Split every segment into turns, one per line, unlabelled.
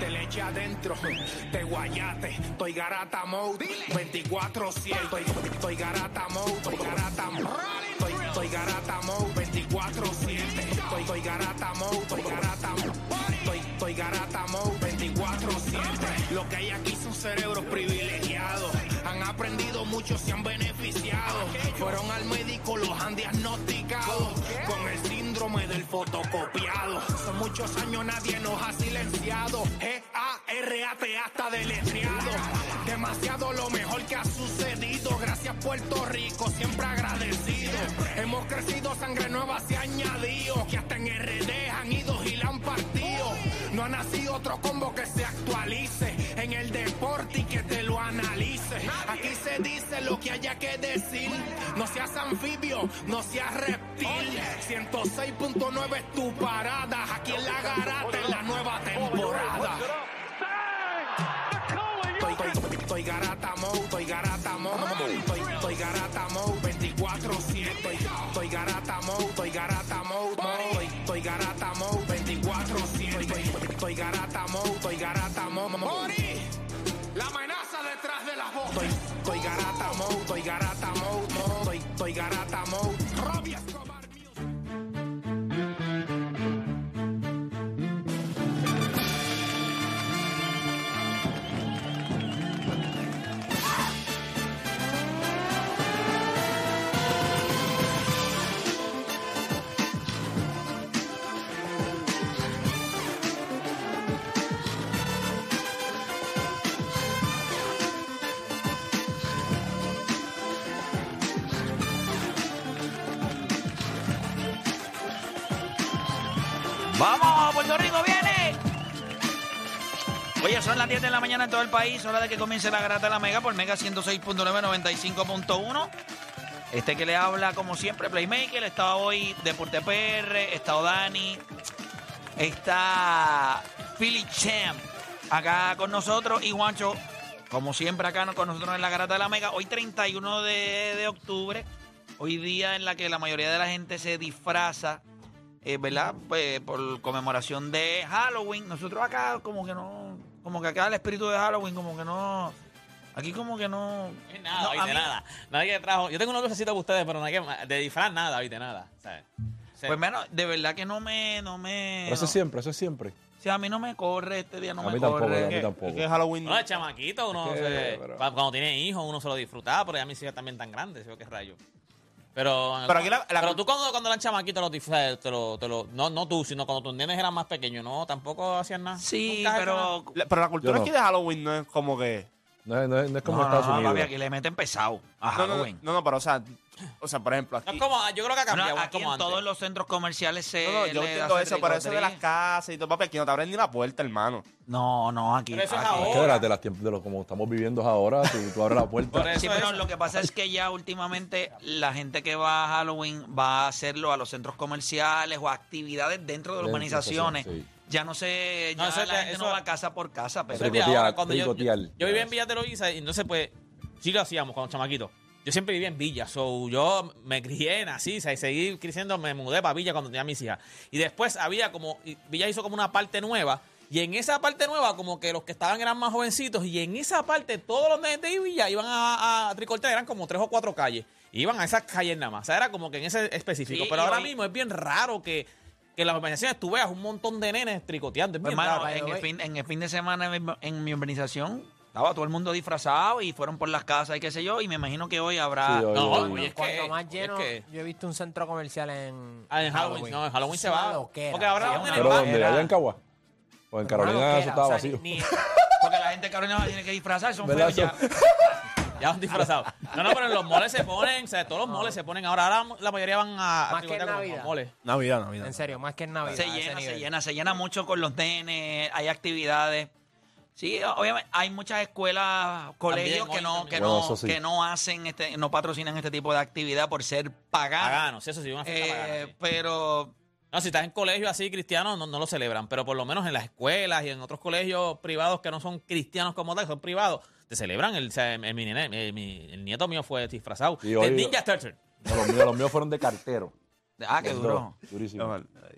H adentro. Te guayate, estoy garata mode. 24-7, estoy, estoy garata mode. Estoy garata mode. Estoy, estoy garata mode 24-7. Estoy, estoy garata mode. Estoy garata mode. Estoy, estoy garata mode 24-7. Lo que hay aquí son cerebros privilegiados. Han aprendido mucho, se han beneficiado. Fueron al médico, los han diagnosticado con el síndrome del fotocopiado. Son muchos años, nadie nos ha silenciado. G-A-R-A-T hasta deletreado. Demasiado lo mejor que ha sucedido. Gracias, Puerto Rico, siempre agradecido. Hemos crecido, sangre nueva se ha añadido. Que hasta en RD han ido y la han partido. No ha nacido otro combo que se actualice en el deporte y que te lo analice. Aquí se dice lo que haya que decir. No seas anfibio, no seas reptil. 106.9 es tu parada. Aquí en la garata, en la nueva temporada. Estoy, estoy, estoy garata mode, estoy garata mode. Estoy, estoy garata mode 24-7. Estoy garata mode, estoy garata mode. mode. Estoy, estoy garata mode 24-7. Estoy, estoy garata mode, estoy garata mode. mode. La amenaza detrás de la voz. Estoy, estoy garata mode, estoy garata mode. mode. Estoy, estoy garata mode. Robbie Escobar Music.
¡Vamos! ¡Puerto Rico viene! Oye, son las 10 de la mañana en todo el país, hora de que comience la grata de la Mega por Mega 106.995.1. Este que le habla, como siempre, Playmaker, está hoy Deporte PR, está Dani, está Philly Champ acá con nosotros y Juancho, como siempre, acá con nosotros en la Garata de la Mega. Hoy 31 de, de octubre, hoy día en la que la mayoría de la gente se disfraza, eh, ¿verdad? Pues, por conmemoración de Halloween. Nosotros acá como que no, como que acá el espíritu de Halloween como que no, aquí como que no...
Nada,
no,
oíste,
a mí-
nada. Nadie que trajo. Yo tengo una cosita para ustedes, pero no hay que. De disfraz, nada, oíste, nada. ¿sabes? Sí.
Pues menos, de verdad que no me, no me.
Pero eso
no-
es siempre, eso es siempre.
Si a mí no me corre este día, no
a
me
mí tampoco,
corre.
a mí
Es que
tampoco.
Halloween.
no, de chamaquito, uno
Es que,
se-
pero-
pa- cuando tiene hijos, uno se lo disfrutaba, pero ya mis hijas también tan grandes, yo qué rayo. Pero,
Pero aquí la- la-
pero tú cuando, cuando eran chamaquitos los disfraces, te lo, te lo- no, no tú, sino cuando tus nenes eran más pequeños, no, tampoco hacían nada.
Sí,
Nunca has hecho nada.
pero.
la- pero la cultura
Yo no.
aquí de Halloween no es como que.
No, es- no es- no es como
no,
Estados
no, no,
Unidos.
papi, aquí le meten pesado a
No, no, no,
Halloween.
no, no, pero o sea, o sea, por ejemplo,
No
aquí.
es como, yo creo que ha
No,
cambiado, es
aquí en
como antes.
todos los centros comerciales se.
No, no, yo
le
entiendo
hace
eso, pero eso de las
trick or treat.
casas y todo, papi, aquí no te abren ni la puerta, hermano.
No, no, aquí.
Pero eso es
aquí.
ahora.
Es que ahora, de, las tiemp- de lo como estamos viviendo ahora, tú, tú abres la
Por
puerta.
eso
Sí, pero
es-
lo que pasa es que ya últimamente la gente que va a Halloween va a hacerlo a los centros comerciales o a actividades dentro de
Dentro,
urbanizaciones.
sí.
Ya no sé, ya
No, eso es
la
de-
gente no
eso-
va casa por casa, pero
Eso es de
Tricotear,
ahora, cuando yo, yo,
tricotear.
yo vivía en Villa de Loíza y entonces pues sí lo hacíamos cuando chamaquito. Yo siempre vivía en Villa, so yo me crié, nací, o sea, y seguí creciendo, me mudé para Villa cuando tenía mis hijas. Y después había como, y Villa hizo como una parte nueva, y en esa parte nueva como que los que estaban eran más jovencitos, y en esa parte todos los nenes de Villa iban a, a, tricotar, eran como tres o cuatro calles, iban a esas calles nada más, o sea, era como que en ese específico.
Sí,
Pero
y
ahora
hoy-
mismo es bien raro que, que en las organizaciones tú veas un montón de nenes tricoteando, es bien
Pues, Hermano,
raro.
en el, fin, en el fin de semana en mi, en mi urbanización estaba todo el mundo disfrazado y fueron por las casas y qué sé yo, y me imagino que hoy habrá...
Sí, hoy-
No,
Oye,
oye, es
Cuanto
que-
más
es
lleno,
que-
yo he visto un centro comercial en,
Ah, en Halloween, no, en Halloween se va. Porque
Porque
ahora
ahora
van en el
pero
va-
donde allá en Cagua. O en Carolina eso estaba vacío.
Porque la gente carolina tiene que disfrazar, son
¿Verdad?
feos ya.
Ya van disfrazados. No, no, pero en los moles se ponen, o sea, todos los moles se ponen. Ahora, ahora la mayoría van a, a
Más que
tricotear
en
con los
Navidad.
moles.
Navidad, Navidad.
en serio, más que en Navidad.
Se
a ese
llena, se
nivel. Ah,
llena, se llena mucho con los nenes, hay actividades. Sí, obviamente hay muchas escuelas, colegios
hoy
que no,
también.
que
Bueno,
no,
eso sí.
que no hacen este, no patrocinan este tipo de actividad por ser pagadas.
Paganos, eso sí, una fiesta pagana,
Ah. Eh,
sí.
pero
No, si estás en colegios así cristianos, no, no lo celebran, pero por lo menos en las escuelas y en otros colegios privados que no son cristianos como tal, son privados, te celebran. El, o sea, el- mi nene- el- mi- el nieto mío fue disfrazado.
Y
de
hoy-
Ninja Turtle.
No, los, míos, los míos fueron de cartero.
ah, qué
Los
duro.
dos, Durísimo.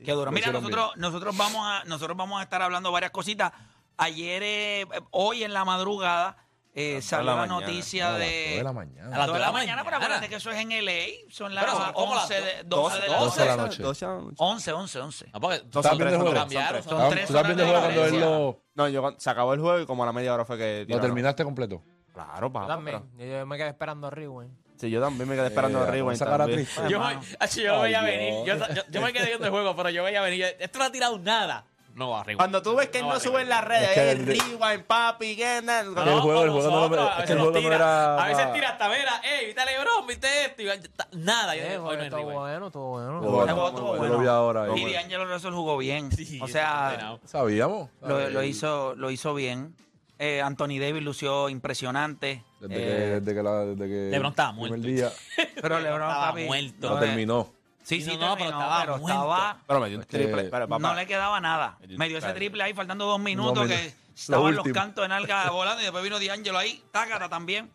Qué duro.
Lo
Mira,
hicieron
nosotros, nosotros vamos a, nosotros vamos a estar hablando varias cositas. Ayer, eh, hoy en la madrugada, eh, salió la,
la mañana,
noticia
A las nueve
de.
de la mañana.
A las
Dos de la mañana, pero
mañana.
acuérdate que eso es en LA. Son las
Pero son como las
11 de, 12
12
de la
doce.
11,
de la Ah, noche.
12 de la noche.
11, 11, 11.
No, porque
Son
Estaba
tres,
viendo el
son
juego.
tres,
cambiaron,
son
son
Estaban-
tres
Ah, ¿Tú estás
horas
viendo
de
el juego cuando él
diferencia.
lo,
No, yo cuando- se acabó el juego y como a la media hora fue que.
lo
tiraron.
terminaste completo?
Claro,
Yo
papá.
también. pues, Yo, yo me quedé esperando a Rewind.
Sí, yo también me quedé esperando
Eh,
el
con
rewind.
esa cara
también.
triste.
Yo, me- Hacho, yo
Ay,
veía
Dios.
venir. Yo, yo- yo me quedé viendo el juego, pero yo veía venir. yo, Esto no ha tirado nada. No va arriba.
Cuando tú ves que él no,
va
sube en
arriba.
las redes,
Es que
el
el-
rewind, papi, que nada.
Que el juego- el
como
juego no lo-
nosotros,
es
a
que
veces
el juego
nos
no
tira.
era-
A veces tira hasta vera, ey, viste a Lebron, viste esto. y yo- ta- nada. Yo,
Eh,
hoy
bueno,
no hay
estuvo
rewind.
bueno, estuvo bueno.
Estuvo bueno,
Estuvo
Yo
bueno.
lo vi ahora.
Y
ahí.
D'Angelo Russell jugó bien.
Sí,
o
está
sea,
condenado.
Sabíamos.
lo, lo
Eh,
hizo, lo hizo bien. Eh, Anthony Davis lució impresionante.
Desde
Eh,
que, desde que, la, desde que
Lebron estaba
el
muerto.
primer día
Pero LeBron
Estaba
papi,
muerto.
lo
eh,
terminó.
Sí,
No,
sí,
no, pero
terminó,
estaba
pero
muerto.
estaba-
Pero me dio un
Es que-
triple. Pero, papá,
no le quedaba nada.
Medio-
Me dio ese
claro.
triple ahí faltando dos minutos
menos.
que estaban los
último.
cantos de nalga volando y después vino D'Angelo ahí, tácata también.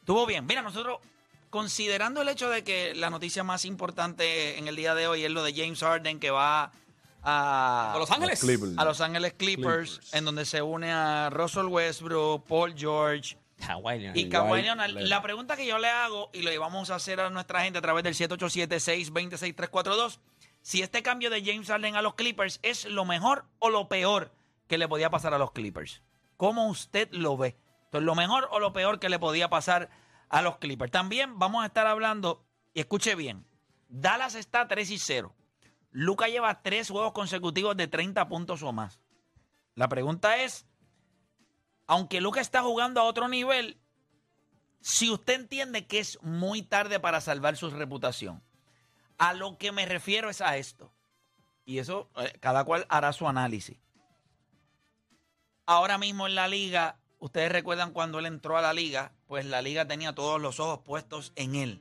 Estuvo bien. Mira, nosotros, considerando el hecho de que la noticia más importante en el día de hoy es lo de James Harden que va a
Con Los Ángeles.
Los Clippers.
a Los Ángeles Clippers,
Clippers.
en donde se une a Russell Westbrook, Paul George,
Kawhi Leonard.
y
Kawhi
Kawhi Leonard,
Leonard.
la pregunta que yo le hago y lo vamos a hacer a nuestra gente a través del 787-626-342, si este cambio de James Harden a los Clippers es lo mejor o lo peor que le podía pasar a los Clippers. ¿Cómo usted lo ve? Entonces, ¿lo mejor o lo peor que le podía pasar a los Clippers? También vamos a estar hablando, y escuche bien, Dallas está 3 y 0. Luca lleva tres juegos consecutivos de 30 puntos o más. La pregunta es, aunque Luca está jugando a otro nivel, si usted entiende que es muy tarde para salvar su reputación, a lo que me refiero es a esto. Y eso, eh, cada cual hará su análisis. Ahora mismo en la liga, ustedes recuerdan cuando él entró a la liga, pues la liga tenía todos los ojos puestos en él.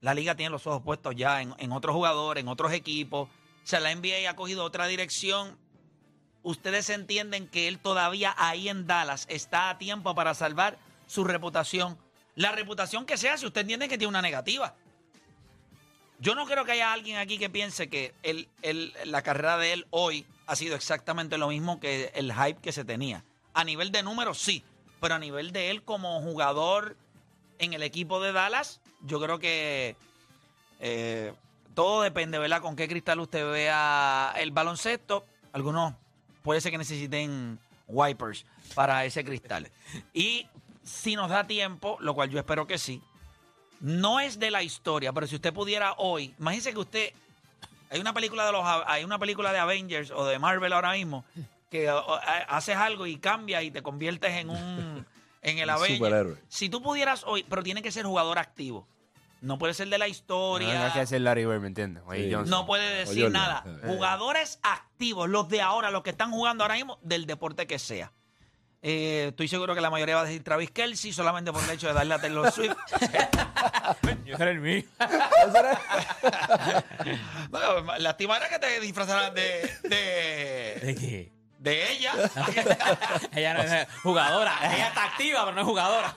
La liga tiene los ojos puestos ya en, en otros jugadores, en otros equipos. O sea, la NBA ha cogido otra dirección. Ustedes entienden que él todavía ahí en Dallas está a tiempo para salvar su reputación. La reputación que sea, si usted entiende que tiene una negativa. Yo no creo que haya alguien aquí que piense que el- el- la carrera de él hoy ha sido exactamente lo mismo que el hype que se tenía. A nivel de números, sí, pero a nivel de él como jugador en el equipo de Dallas, yo creo que eh, todo depende, ¿verdad? Con qué cristal usted vea el baloncesto. Algunos puede ser que necesiten wipers para ese cristal. Y si nos da tiempo, lo cual yo espero que sí, no es de la historia, pero si usted pudiera hoy, imagínese que usted hay una película de los hay una película de Avengers o de Marvel ahora mismo que o, o, ha- haces algo y cambia y te conviertes en un en el
Un
Avenger.
superhéroe.
Si tú pudieras hoy, pero tiene que ser jugador activo. No puede ser de la
No
historia.
tenía que hacer Larry Bird, ¿me entiendes? Oye,
Sí.
Johnson.
No puede decir
Jordan.
nada.
Eh.
Jugadores activos, los de ahora, los que están jugando ahora mismo, del deporte que sea. Eh, estoy seguro que la mayoría va a decir Travis Kelsey solamente por el hecho de darle a Taylor Swift.
Yo era el mío.
Bueno, lástima era que te disfrazaras de, de,
¿De qué?
de ella.
Ella no es jugadora. Ella está activa, pero no es jugadora.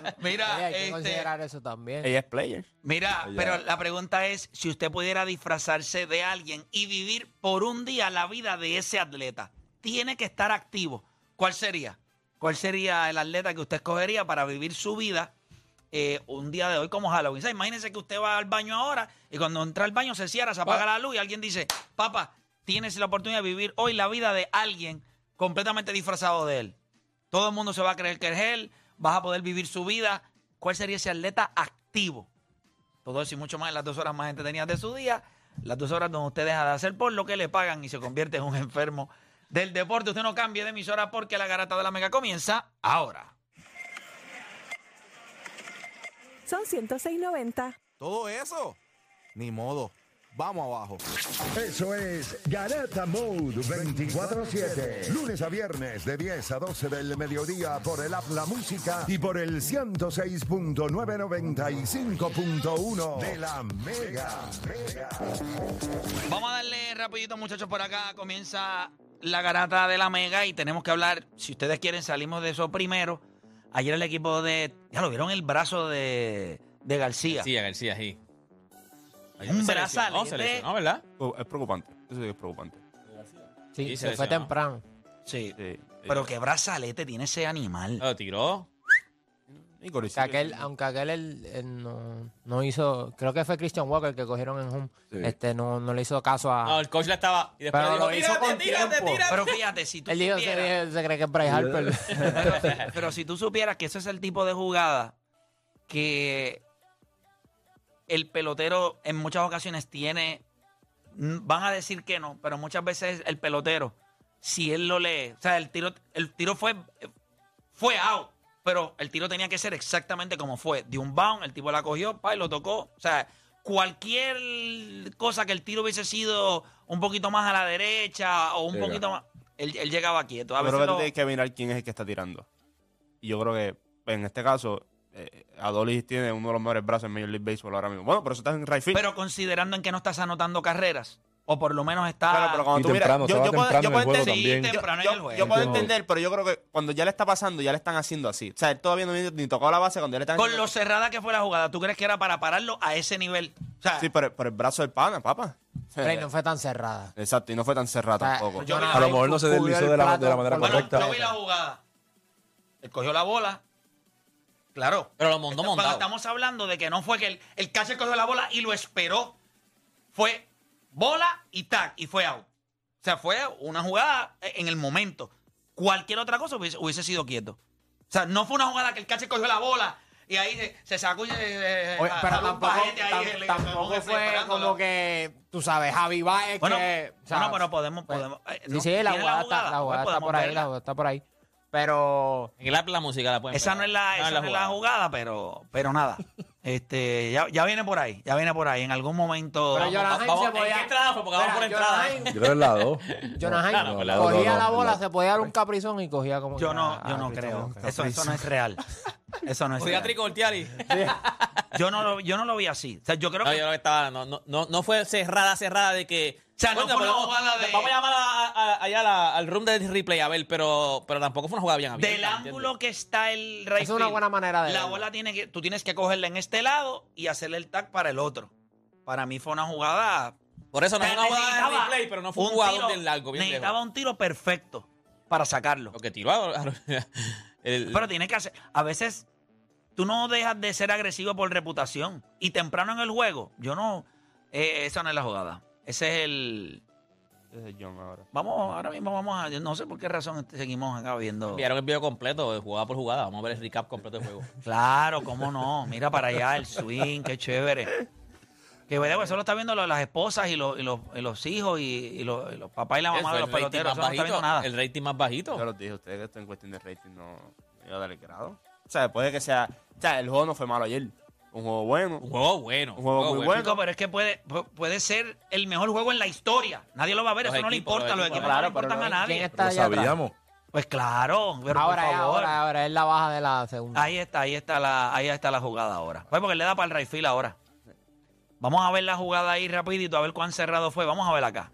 Oye,
Mira,
hay que
este,
considerar eso también.
Eh,
Ella es player.
mira,
Ella-
pero la pregunta es si usted pudiera disfrazarse de alguien y vivir por un día la vida de ese atleta. Tiene que estar activo. ¿Cuál sería? ¿Cuál sería el atleta que usted escogería para vivir su vida eh, un día de hoy como Halloween? O sea, imagínese que usted va al baño ahora y cuando entra al baño se cierra, se apaga la luz y alguien dice, papá, tienes la oportunidad de vivir hoy la vida de alguien completamente disfrazado de él. Todo el mundo se va a creer que es él, vas a poder vivir su vida. ¿Cuál sería ese atleta activo? Todo eso y mucho más en las dos horas más entretenidas de su día, las dos horas donde usted deja de hacer por lo que le pagan y se convierte en un enfermo del deporte. Usted no cambie de emisora porque la garata de la mega comienza ahora.
Son 106.90.
Todo eso, ni modo. Vamos abajo.
Eso es Garata Mode 24-7. Lunes a viernes de 10 a 12 del mediodía por el App La Música y por el 106.995.1 de la Mega.
Vamos a darle rapidito, muchachos, por acá. Comienza la garata de la Mega y tenemos que hablar. Si ustedes quieren, salimos de eso primero. Ayer el equipo de. Ya lo vieron el brazo de, de García.
García, García, sí.
Un
Se
brazal.
Oh,
lesionó, se lesionó, ¿verdad?
Es preocupante. Eso sí que es preocupante.
sí, se
sí, se
fue
lesionó.
temprano.
Sí. Ah.
Sí.
Pero qué brazalete tiene ese animal.
Lo tiró.
Y Corey-
Que aquel- aunque aquel él, él no, no hizo, creo que fue Christian Walker que cogieron en home, este no, no le hizo caso a...
Ah. No, el coach le estaba. Y después
Pero
le dijo:
lo hizo
tírate,
con
tírate,
tiempo".
tírate.
Pero fíjate, si tú
él dijo,
supieras-
se, se cree que es Bryce Harper.
Pero si tú supieras que ese es el tipo de jugada que el pelotero en muchas ocasiones tiene, mm, van a decir que no, pero muchas veces el pelotero, si él lo lee, o sea, el tiro, el tiro fue, fue out, pero el tiro tenía que ser exactamente como fue, de un bound, el tipo la cogió, pa, y lo tocó, o sea, cualquier cosa que el tiro hubiese sido un poquito más a la derecha o un
Llega.
poquito más, él, él llegaba quieto. A
Yo creo
veces
que
lo-
tú tienes que mirar quién es el que está tirando. Y yo creo que en este caso, eh, Adolis tiene uno de los mejores brazos en Major League Baseball ahora mismo. Bueno, pero eso está en right field.
Pero considerando en que no estás anotando carreras, o por lo menos está.
Claro, pero cuando
Y
tú miras-
temprano,
yo,
estaba
yo puedo,
temprano
yo
en el
puedo
juego
Sí,
entender,
también.
ah, temprano
yo-
en el juego.
yo puedo
No.
entender, pero yo creo que cuando ya le está pasando, ya le están haciendo así. O sea, él todavía no viene ni tocado la base cuando ya le están
Con
haciendo-
lo cerrada que fue la jugada, ¿tú crees que era para pararlo a ese nivel? O sea,
Sí, pero, pero el brazo del pana, papá.
Pero no fue tan cerrada.
Exacto, y no fue tan cerrado
O sea,
tampoco.
yo-
Jonah
a lo
Heim
mejor no se
cubrió
deslizó
el
de la-
plato
de la manera
por
bueno,
correcta.
yo vi la jugada. Él cogió la bola. Claro.
Pero lo montó
Cuando
montado.
estamos hablando de que no fue que el, el catcher cogió la bola y lo esperó. Fue bola y tac, y fue out. O sea, fue una jugada en el momento. Cualquier otra cosa hubiese, hubiese sido quieto. O sea, no fue una jugada que el catcher cogió la bola y ahí se, se sacó y se- se-
Oye,
a-
pero
sacó Eh, ah, un
tampoco,
pajete ahí,
tam-
le-
tampoco
le-
fue
preparándolo.
como que, tú sabes, Javi Baez
Bueno,
que... o sea,
bueno, pero podemos...
pues,
podemos eh,
sí,
no,
sí, la
¿tiene
jugada, está, la
Pues
jugada está
podemos
por ahí,
verla.
la jugada está por ahí. Pero...
En el app la música la pueden
Esa
pegar.
no es la, esa no es la jugada, pero, pero nada. Este, ya, ya viene por ahí, ya viene por ahí. En algún momento.
Pero Jonah Heim
vamos-
se
¿en
podía...
qué entrada fue? Porque vamos por
Jonah
entrada.
Heim-
Yo creo que es la 2.
Jonah Heim
Claro, pues la-
cogía la bola, se podía dar un caprizón y cogía como...
yo
que ah,
no,
a-
yo
a
no
Christian
creo.
Walker.
Eso, eso no es real. Eso no es
Podía
real.
tricortear y.
Yo no lo, yo no lo vi así. O sea, yo creo
No, yo
que.
creo que estaba. No, no, no, no fue cerrada, cerrada de que.
sea, no
Coño,
fue una
pero-
jugada de-
Vamos a llamar a- a- allá a la- al room del replay a ver, pero, pero tampoco fue una jugada bien abierta.
Del
¿entiendes?
ángulo que está el right
Es una
field,
buena manera de
La
verlo.
bola tiene que. Tú tienes que cogerla en este lado y hacerle el tag para el otro. Para mí fue una jugada.
Por eso no fue una jugada de
Necesitaba
replay, pero no fue un
un
jugador
tiro-
del largo. Bien
Necesitaba
lejos.
un tiro perfecto para sacarlo.
Lo que tiró a- a- el-
Pero tienes que hacer. A veces tú no dejas de ser agresivo por reputación. Y temprano en el juego, yo no. eh, esa no es la jugada. Ese es el.
Ese es John ahora.
Vamos, ahora mismo vamos a. yo No sé por qué razón este- seguimos acá viendo.
Enviaron el video completo, de jugada por jugada. Vamos a ver el recap completo del juego.
Claro, cómo no. Mira para allá el swing, qué chévere. Que by the way, eso lo está viendo lo- las esposas y, los- y los, y los hijos y, y los, y los papás y la
Eso,
mamá de los
el rating
peloteros.
más
Eso no está
bajito,
viendo nada.
El rating más bajito.
Oh.
Yo les dije a ustedes que esto en cuestión de rating no no iba a darle grado. O sea, después de que sea. O sea, el juego no fue malo ayer. Un juego bueno.
Un juego bueno.
Un juego muy bueno.
Chico, pero es que puede, pu- puede ser el mejor juego en la historia. Nadie lo va a ver,
Los
eso no le
equipos,
importa.
los
Los equipos
equipos.
no le
Claro, pero
importan a
no-
nadie.
¿Quién está
Lo
allá atrás?
sabíamos.
Pues claro, pero
Ahora,
por
es,
favor.
ahora, ahora es la baja de la segunda.
Ahí está, ahí está la, ahí está la jugada ahora. Pues porque le da para el rifle ahora. Vamos a ver la jugada ahí rapidito, a ver cuán cerrado fue. Vamos a ver acá.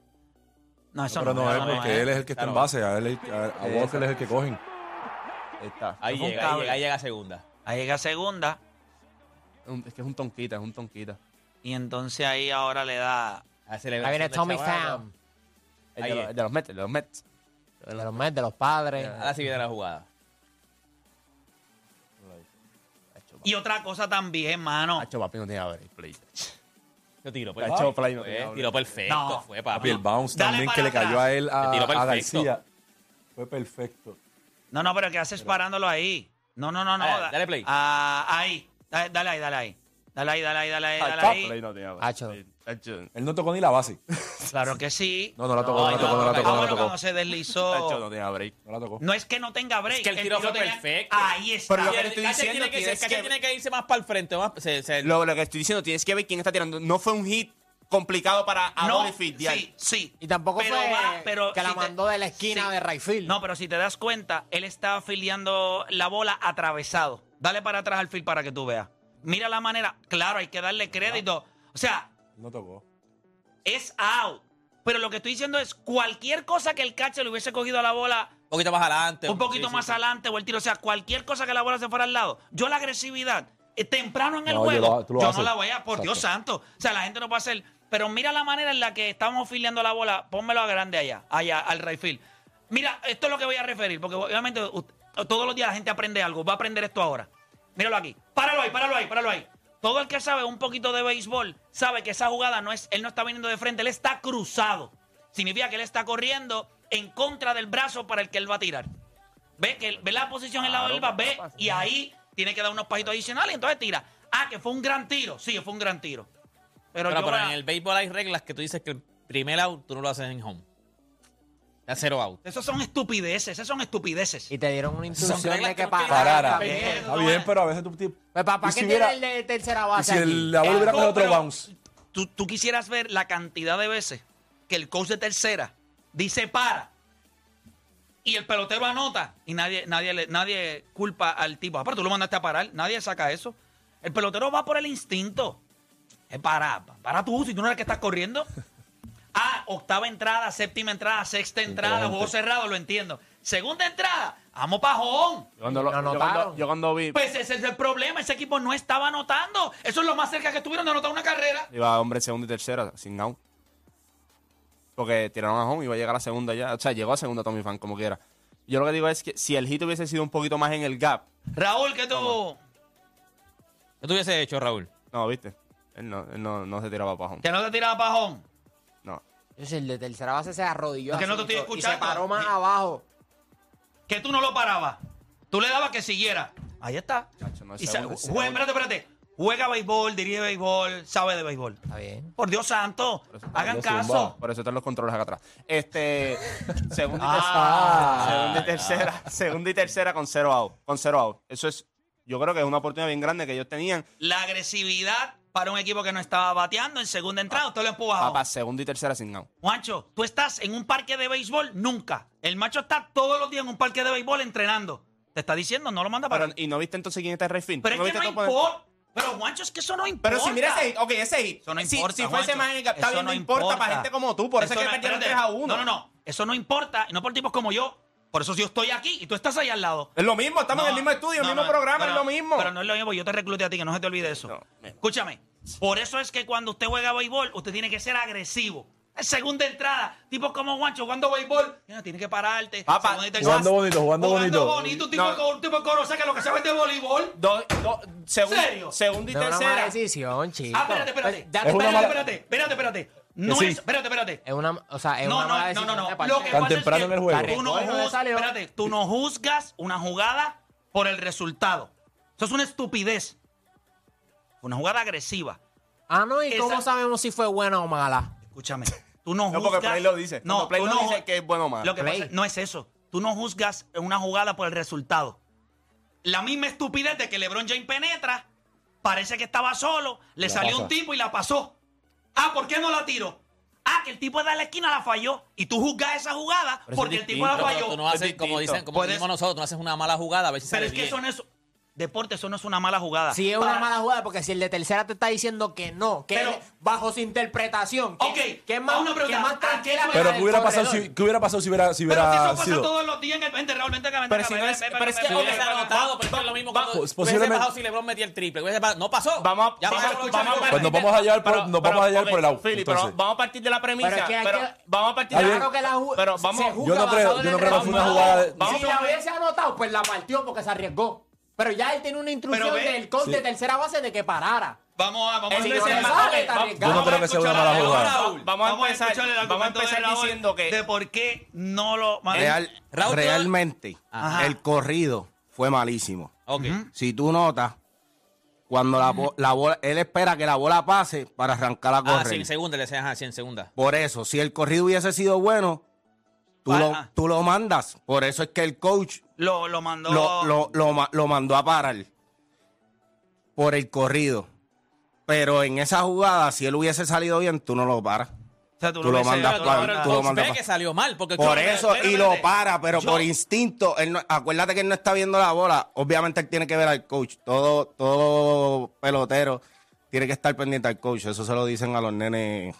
No, eso
Pero no
eso
es porque él es el que está en base. A, él, es- a, a Walker es el que cogen.
Ahí está.
Ahí
Fue un
llega, ahí
cable.
llega, ahí llega segunda.
Ahí llega segunda
Un- Es que es un tonquita, es un tonquita.
y entonces ahí ahora le da.
La
Ahí
celebración
viene
del
Tommy
chaval.
Pham,
El
Ahí
de, los-
es.
el de los Mets, el de los Mets.
de los Mets, de los padres.
Ahora sí viene la jugada.
Y otra cosa también, mano.
Hacho, papi, no tiene a ver el play.
Yo tiro
La echó play, no tenía
Fue,
doble.
Tiro perfecto.
No.
Fue papi.
Papi, el bounce
Dale
también
para
que le
atrás.
cayó a él, a,
Le tiró
a
perfecto.
García. Fue perfecto.
No, no, pero ¿qué haces parándolo ahí? No, no, no, no.
Dale,
da-
Eh, dale play.
Ah, ahí. Dale, dale ahí, dale ahí. Dale ahí, dale ahí, dale ahí, dale
Hacho,
ahí.
play no tenía ver.
Hacho.
Hacho.
Él no tocó ni la base.
Claro que sí.
No, no la tocó, no, la
no,
tocó, no,
no,
la
Ah,
tocó, no la
bueno,
tocó.
cuando se
Hacho, no
deslizó.
tenía break.
No la tocó.
No es que no tenga break.
Es que el tiro fue
tenía-
perfecto.
Ahí está.
Pero lo que
Y
te
el
estoy
catcher
diciendo,
tiene que, ser-
tienes
el catcher
que-
tiene que irse más para el frente. Más, se, se-
Lo, lo que estoy diciendo, tienes que ver quién está tirando. No fue un hit complicado para
No,
Adolfo
sí, sí.
Y tampoco
Pero
fue
va, pero
que la
si te-
mandó de la esquina
sí.
de Rayfield.
No, pero si te das cuenta, él está afiliando la bola atravesado. Dale para atrás al fil para que tú veas. Mira la manera. Claro, hay que darle crédito. O sea,
No tocó.
es out. Pero lo que estoy diciendo es cualquier cosa que el catcher le hubiese cogido a la bola
un poquito más adelante.
un poquito
sí, sí,
más
sí.
adelante o el tiro, o sea, cualquier cosa que la bola se fuera al lado. Yo la agresividad, eh, temprano en el
No, yo
juego,
lo-
yo,
tú lo
no
haces.
la voy a, por Dios santo. O sea, la gente no puede hacer. Pero mira la manera en la que estamos filiando la bola. Pónmelo a grande allá, allá, al right field. Mira, esto es lo que voy a referir, porque obviamente u- todos los días la gente aprende algo. Va a aprender esto ahora. Míralo aquí. Páralo ahí, páralo ahí, páralo ahí. Todo el que sabe un poquito de béisbol sabe que esa jugada no es, él no está viniendo de frente, él está cruzado. Significa que él está corriendo en contra del brazo para el que él va a tirar. Ve que él- ve la posición en lado del bat, ve y ahí tiene que dar unos pasitos adicionales, entonces tira. Ah, que fue un gran tiro. Sí, fue un gran tiro. Pero,
Bueno,
yo
pero
voy a-
en el béisbol hay reglas que tú dices que el primer out tú no lo haces en home. Da cero out.
Esos son estupideces, esos son estupideces.
Y te dieron una instrucción
reglas
de
que
que
no tienen
parara.
Parara.
Pues
Bien,
Está bien, pero a veces tú. te-
papá,
y
Pues, ¿qué
si
tiene
hubiera-
el de tercera
y
base
si el-
aquí?
la bola hubiera
No,
cogido otro
Eh, pero
bounce.
Tú, tú quisieras ver la cantidad de veces que el coach de tercera dice para y el pelotero anota y nadie, nadie, le- nadie culpa al tipo. Aparte, tú lo mandaste a parar, nadie saca eso. El pelotero va por el instinto. Es para, para tú, si tú no eres el que estás corriendo. Ah, octava entrada, séptima entrada, sexta entrada, juego cerrado, lo entiendo. Segunda entrada, vamos pajón.
Yo cuando, lo-
No
yo
anotaron.
cuando- yo cuando vi.
Pues ese es el problema, ese equipo no estaba anotando. Eso es lo más cerca que estuvieron de anotar una carrera.
Iba hombre en segunda y tercera, sin out. Porque tiraron a home y iba a llegar a la segunda ya. O sea, llegó a segunda Tommy Fan, como quiera. Yo lo que digo es que si el hit hubiese sido un poquito más en el gap.
Raúl, ¿qué tú?
¿Qué tú hubiese hecho, Raúl?
No, viste. Él no, él no, no se tiraba para home.
Que no te tiraba pajón.
No.
Yo sé, el de tercera base se arrodilló.
Es que
así
no te estoy
y todo, Y se
escuchando.
paró más
Sí.
abajo.
Que tú no lo parabas. Tú le dabas que siguiera. Ahí está.
Chacho, no es
Y sa-
segunda, es
jue-
segunda.
espérate, espérate. Juega béisbol, dirige béisbol, sabe de béisbol.
Está bien.
Por Dios santo, hagan
Dios,
caso.
zumba.
Por eso están los controles acá atrás. Este. Segunda y,
Ah.
tercera, segunda y tercera. Segunda y tercera con cero out. Con cero out. Eso es. Yo creo que es una oportunidad bien grande que ellos tenían.
La agresividad para un equipo que no estaba bateando en segunda entrada, usted lo
Papá,
empujaba.
segunda y tercera sin out.
Juancho, tú estás en un parque de béisbol nunca. El macho está todos los días en un parque de béisbol entrenando. Te está diciendo, no lo manda para.
Pero, ¿Y no viste entonces quién está en Redfield?
Pero es que
viste
no
todo por-
importa. Pero Juancho, es que eso no importa.
Pero si mira ese hit, ok, ese hit.
Eso no
Eh, Si-
importa.
Si, fuese
Juancho.
más en el está
Eso
bien, no
no
importa, para gente como tú. Por eso, es que
no-
perdieron
espérate.
3 a 1.
No, no, no. Eso no importa. Y no por tipos como yo. Por eso yo estoy aquí y tú estás ahí al lado.
Es lo mismo, estamos
No,
en el mismo estudio,
no,
el mismo
no,
programa,
pero
es
no,
lo mismo.
Pero no es lo mismo, yo te recluté a ti, que no se te olvide eso.
No, me-
Escúchame, por eso es que cuando usted juega béisbol, usted tiene que ser agresivo. En Segunda entrada, tipos como Guancho jugando béisbol, mira, tiene que pararte.
Papá,
segunda y tercera.
jugando bonito, jugando bonito.
un tipo,
No.
de- un tipo de coro, o sea, que lo que saben de voleibol. Ah,
Dos- dos- segun-
¿Serio?
Segunda y
No es una mala
tercera.
decisión, chico.
Ah, espérate, espérate.
Pues, ya te-
Es una
espérate,
mala-
espérate, espérate, espérate. No
Sí.
es, espérate, espérate.
Es una, o sea, es
No,
una mala
no, no,
decisión
no, no.
de parte
Lo que
de-
Tan
pasa es
temprano
que
en el juego.
Tú no,
Corre, no le
juz-
salió.
espérate, tú no juzgas una jugada por el resultado. Eso es una estupidez. Una jugada agresiva.
Ah, no, ¿y cómo
Esa-
sabemos si fue buena o mala?
Escúchame. Tú no
No,
juzgas.
porque Play lo dice.
No,
Porque Play
tú
lo
no
dice
ju-
que es bueno o malo.
Lo que
Play.
pasa- no es eso. Tú no juzgas una jugada por el resultado. La misma estupidez de que LeBron James penetra, parece que estaba solo, le
La
salió
pasa.
un tipo y la pasó. Ah, ¿por qué no la tiró? Ah, que el tipo de la esquina la falló. Y tú juzgas esa jugada
Pero eso
porque
es
el tipo la
distinto.
falló.
Pero tú no
es
haces, como
distinto.
dicen, como
Puedes-
decimos nosotros, tú no haces una mala jugada a ver si
Pero
sale
es que
bien.
eso no es. Deporte, eso no es una mala jugada.
Si es
Para-
una mala jugada, porque si el de tercera te está diciendo que no, que
Ah. Pero-
es bajo su interpretación, que,
Ok,
que es más,
una pregunta,
que es más
¿a
tranquila que
qué
Pero
la
¿qué
del
hubiera pasado
corredor?
si, qué hubiera, pasado si hubiera, si
Pero si
hubiera
eso pasa
sido?
todos los días en el. Vente, Raúl, vente acá, vente
Pero
acá,
si
ven,
no
ven,
es-
ven,
pero
ven,
es que
ven,
Si
ven,
hubiese
ven, ven,
anotado,
ven.
pero es lo mismo que
Pues,
hubiese
posiblemente-
bajado si LeBron metía el triple. hubiese pa- no pasó.
Vamos a-
ya
vamos
pasó
a-
con los
vamos a-
chamacos.
Pues nos vamos a hallar por,
Pero-
nos vamos
pero,
a hallar
ok,
por el out.
Philly,
entonces.
pero vamos a partir de la premisa.
Pero es que hay
pero
que-
vamos a partir
Ah,
de
Está
la
Claro que la ju-
Pero vamos-
se juzga
Yo no creo-
basado en
yo no
el
creo que fue una
resultado.
jugada de-
Vamos
si
a
la
ver.
hubiese anotado, pues la partió porque se arriesgó. Pero ya él tiene una instrucción
Pero ve-
del coach de tercera base de que parara.
Vamos a, vamos
Ese
a
no es
empezar.
el-
Ok,
Yo no
vamos-
creo
vamos a
que sea una
escuchar
mala
a Raúl,
jugada.
Raúl.
Vamos a empezar-
escuchar el
vamos a
argumento de
empezar
Raúl
diciendo que-
De por qué no lo.
Real-
Raúl, tú-
realmente,
Ajá.
el corrido fue malísimo.
Ok.
Si tú notas, cuando la, bo- la bola, él espera que la bola pase para arrancar a
Ah,
correr.
sí, en segunda, le decían, ajá, sí, en segunda.
Por eso, si el corrido hubiese sido bueno, tú,
Ah,
lo,
ah.
tú lo mandas. Por eso es que el coach
Lo, lo mandó.
lo, lo- lo ma- lo mandó a parar por el corrido. Pero en esa jugada, si él hubiese salido bien, tú no lo paras.
O sea, tú,
tú lo
hubiese-
mandas
tú
para-
mandas-
tú lo
Coach
mandas
ve
pa-
que salió mal. Porque
Por
Coach-
eso, y lo
espérate.
para, pero
Yo-
por instinto, él no- acuérdate que él no está viendo la bola. Obviamente él tiene que ver al coach. Todo, todo pelotero tiene que estar pendiente al coach. Eso se lo dicen a los nenes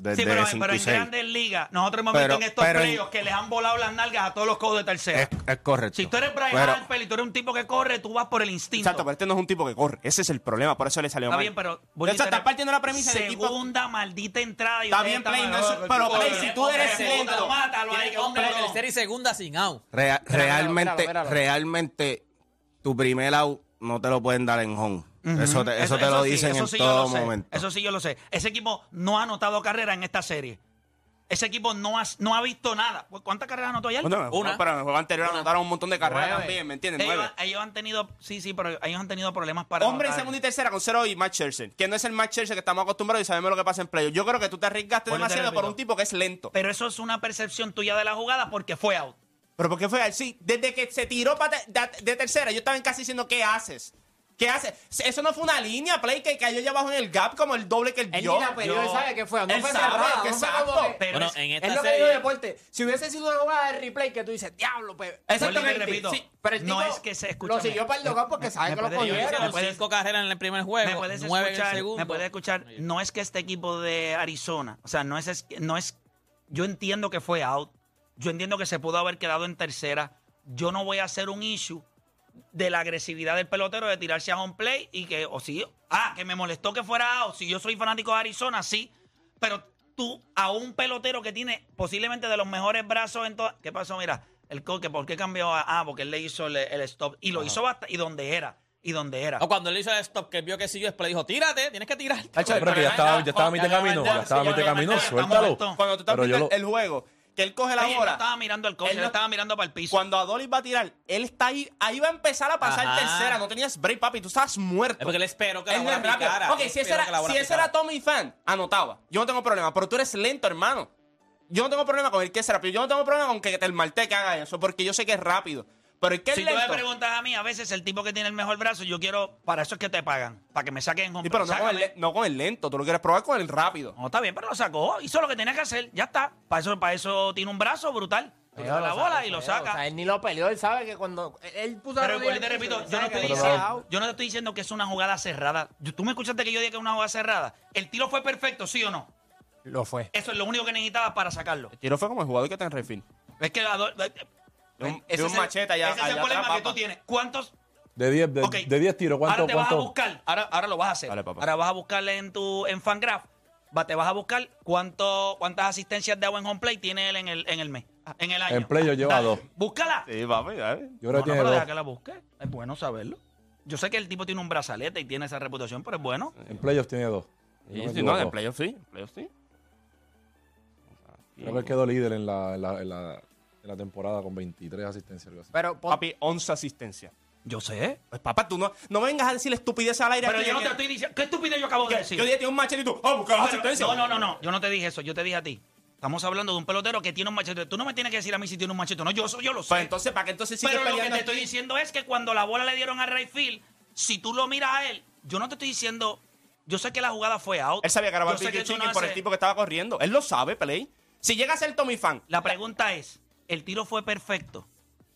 desde
Sí, pero,
cinco
pero
y
en
seis.
grandes ligas, nosotros hemos visto
Pero-
en estos
pero en-
playoffs que les han volado las nalgas a todos los codos de tercera.
Es, es correcto.
si tú eres Brian
Pero-
Harper y tú eres un tipo que corre, tú vas por el instinto.
Exacto, pero este no es un tipo que corre. Ese es el problema, por eso le salió
Está
mal.
bien, pero.
O sea, estás partiendo la premisa del tipo-
Segunda maldita entrada. y
Está
ustedes
bien,
están
Play, no
mejor
es-
que el
pero,
tipo.
Play, si tú
Hombre,
eres
puta,
lento,
mátalo ahí, hombre, no.
tercera y segunda sin out.
Rea-
Míralo,
realmente,
míralo, míralo.
realmente, tu primer out no te lo pueden dar en home.
Ujú.
Eso te, eso te lo
sí,
dicen
eso
en
sí yo
todo
lo sé,
momento.
Eso sí yo lo sé. Ese equipo no ha anotado carrera en esta serie. Ese equipo no ha, no ha visto nada. Pues, ¿Cuántas carreras anotó ayer?
Bueno,
Una.
pero en el juego anterior anotaron un montón de carreras
Nueve.
también, ¿me entiendes?
ellos,
Nueve.
han- ellos han tenido, sí, sí, pero ellos han tenido problemas para
Hombre en
anotar.
segunda y tercera con cero y Matt Scherzer, que no es el Matt Scherzer que estamos acostumbrados y sabemos lo que pasa en playoff. Yo creo que tú te arriesgaste
Vuelvo y te
demasiado por
repito.
un tipo que es lento.
Pero eso es una percepción tuya de la jugada porque fue out.
Pero ¿por qué fue así? Desde que se tiró pa- de, de tercera, yo estaba casi diciendo, ¿qué haces? ¿Qué haces? Eso no fue una línea, Play, que cayó allá abajo en el gap como el doble que él
Él
dio.
ni la peleó,
yo-
él sabe que fue. No
él
fue
sabe
cerrado,
que
no fue
exacto.
como que-
Pero
Bueno,
es-
en
Es
esta
lo que digo de
serie.
deporte. Si hubiese sido una jugada de replay que tú dices, diablo, pues.
Vuelvo y
que-
repito,
sí, pero el
no
tipo
es que se-
Lo
escúchame.
siguió para el dogado porque sabe
me
que lo
puedes- yo
cogieron.
hice
Hicieron
Me puedes-
cinco carreras en el primer
me
juego,
puedes
nueve en el
escuchar,
segundo.
me puedes escuchar. No es que este equipo de Arizona, o sea, no es, es- no es, yo entiendo que fue out, yo entiendo que se pudo haber quedado en tercera, yo no voy a hacer un issue de la agresividad del pelotero de tirarse a home play y que, o sí, ah, que me molestó que fuera out, si yo soy fanático de Arizona, sí, pero tú a un pelotero que tiene posiblemente de los mejores brazos en toda, ¿qué pasó? Mira, el coque, ¿por qué cambió? a- ah, porque él le hizo el, el stop y lo hizo hasta, y donde era, y donde era.
O cuando él hizo el stop, que él vio que siguió, después le dijo, tírate, tienes que tirar.
Pero que ya estaba, ya estaba a mitad de camino, ya estaba a mitad de camino,
Está
suéltalo.
muerto.
Cuando tú estás
Pero yo
viendo
lo-
el juego, que él coge la
Oye, no
bola,
estaba mirando al coche,
Él
él
no-
estaba mirando para el piso.
cuando Adolis va a tirar, él está ahí, ahí va a empezar a pasar
Ajá.
tercera, no tenías break, papi, tú estabas muerto.
Es porque él esperó que la
Él no
bola
es rápido.
picara.
Ok,
él
si ese
esperó que la
era,
bola
si ese
picara.
era Tommy Fan, anotaba. Yo no tengo problema, pero tú eres lento, hermano. Yo no tengo problema con el que es rápido. Yo no tengo problema con que el Marte que haga eso, porque yo sé que es rápido. Pero el que es
si tú me
lento.
preguntas a mí, a veces el tipo que tiene el mejor brazo, yo quiero, para eso es que te pagan, para que me saquen
Sí,
home
pero
play.
no con, el,
Sácame.
le- no con el lento, tú lo quieres probar con el rápido.
No, está bien, pero lo sacó, hizo lo que tenía que hacer, ya está. Para eso, para eso tiene un brazo brutal.
Pero
Coge la
lo
bola
sabe,
y lo
feo.
saca.
O sea, él ni lo peleó, él sabe que cuando. él- Él puso la
pero
rodilla
igual te
al piso,
repito,
él
yo
sabe
no, estoy
que-
diciendo, yo no te estoy diciendo que es una jugada cerrada. Yo- Tú me escuchaste que yo dije que es una jugada cerrada. ¿El tiro fue perfecto, sí o no?
Lo fue.
Eso es lo único que necesitabas para sacarlo.
El tiro fue como el jugador que está en refil.
Es que la do-
De un,
ese
de un
es el-
machete allá.
Ese es el
allá
problema
atrás,
que tú
papá.
tienes. ¿Cuántos
De 10
Ok.
de, de 10 tiros, ¿cuánto?
Ahora te vas a
cuánto?
buscar. Ahora, ahora lo vas a hacer.
Dale, papá.
ahora vas a buscarle en tu en Fangraph. Va, te vas a buscar cuánto, cuántas asistencias de agua en home play tiene él en el, en el mes. ah, En el año.
En play yo lleva
Dale,
dos.
Búscala.
Sí, papi, dale.
Yo
No,
creo que
no,
tiene
pero
dos.
deja que la busque. Es bueno saberlo. Yo sé que el tipo tiene un brazalete y tiene esa reputación, pero es bueno.
En playoffs tiene dos. Si no me
Sí, sí, no, en
equivoco.
el playoff sí. en playoff sí.
Creo que él quedó líder en la, en la, en la, en la temporada con 23 asistencias. Algo así.
Pero, pon-
Papi, 11 asistencias.
Yo sé.
Pues papá, tú no, no vengas a decir estupidez al aire.
Pero
aquí,
yo no
que-
te estoy diciendo. ¿Qué estupidez yo acabo de
que-
decir?
Yo dije, tiene un machete y tú, ¡ah, busca las
Pero-
asistencias!
no, no, no, no. Yo no te dije eso. Yo te dije a ti. Estamos hablando de un pelotero que tiene un machete. Tú no me tienes que decir a mí si tiene un machete. No, yo, eso yo lo sé.
Pues entonces, ¿para qué entonces sigues
Pero lo que
peleando
te estoy
aquí?
diciendo es que cuando la bola le dieron a Rayfield, si tú lo miras a él, yo no te estoy diciendo. Yo sé que la jugada fue out.
Él sabía que era
Yo
Barbie
sé que eso no
Chicken por el
hace-
tipo que estaba corriendo. Él lo sabe, Play. Si llega a ser Tommy Fan,
La pregunta es: ¿el tiro fue perfecto?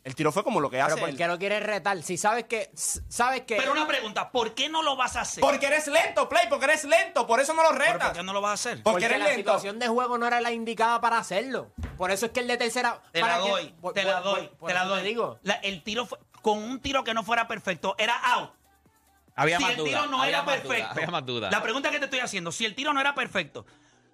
el tiro fue como lo que hace.
Pero ¿por
él.
qué lo quieres retar? Si sabes que. s- Sabes que.
Pero una pregunta: ¿por qué no lo vas a hacer?
Porque eres lento, Play, porque eres lento. Por eso no lo
¿Pero ¿Por
retas.
qué no lo vas a hacer?
Porque
porque
eres
la
lento.
situación de juego no era la indicada para hacerlo. Por eso es que el de tercera.
Te
para
la
que-
doy,
por-
te la
por-
doy,
por
te la
eso
doy.
digo.
La- el tiro fue- con un tiro que no fuera perfecto, era out.
Había
si
más
el
dudas,
tiro no
había
era
más dudas,
perfecto.
había más dudas.
La pregunta que te estoy haciendo, si el tiro no era perfecto,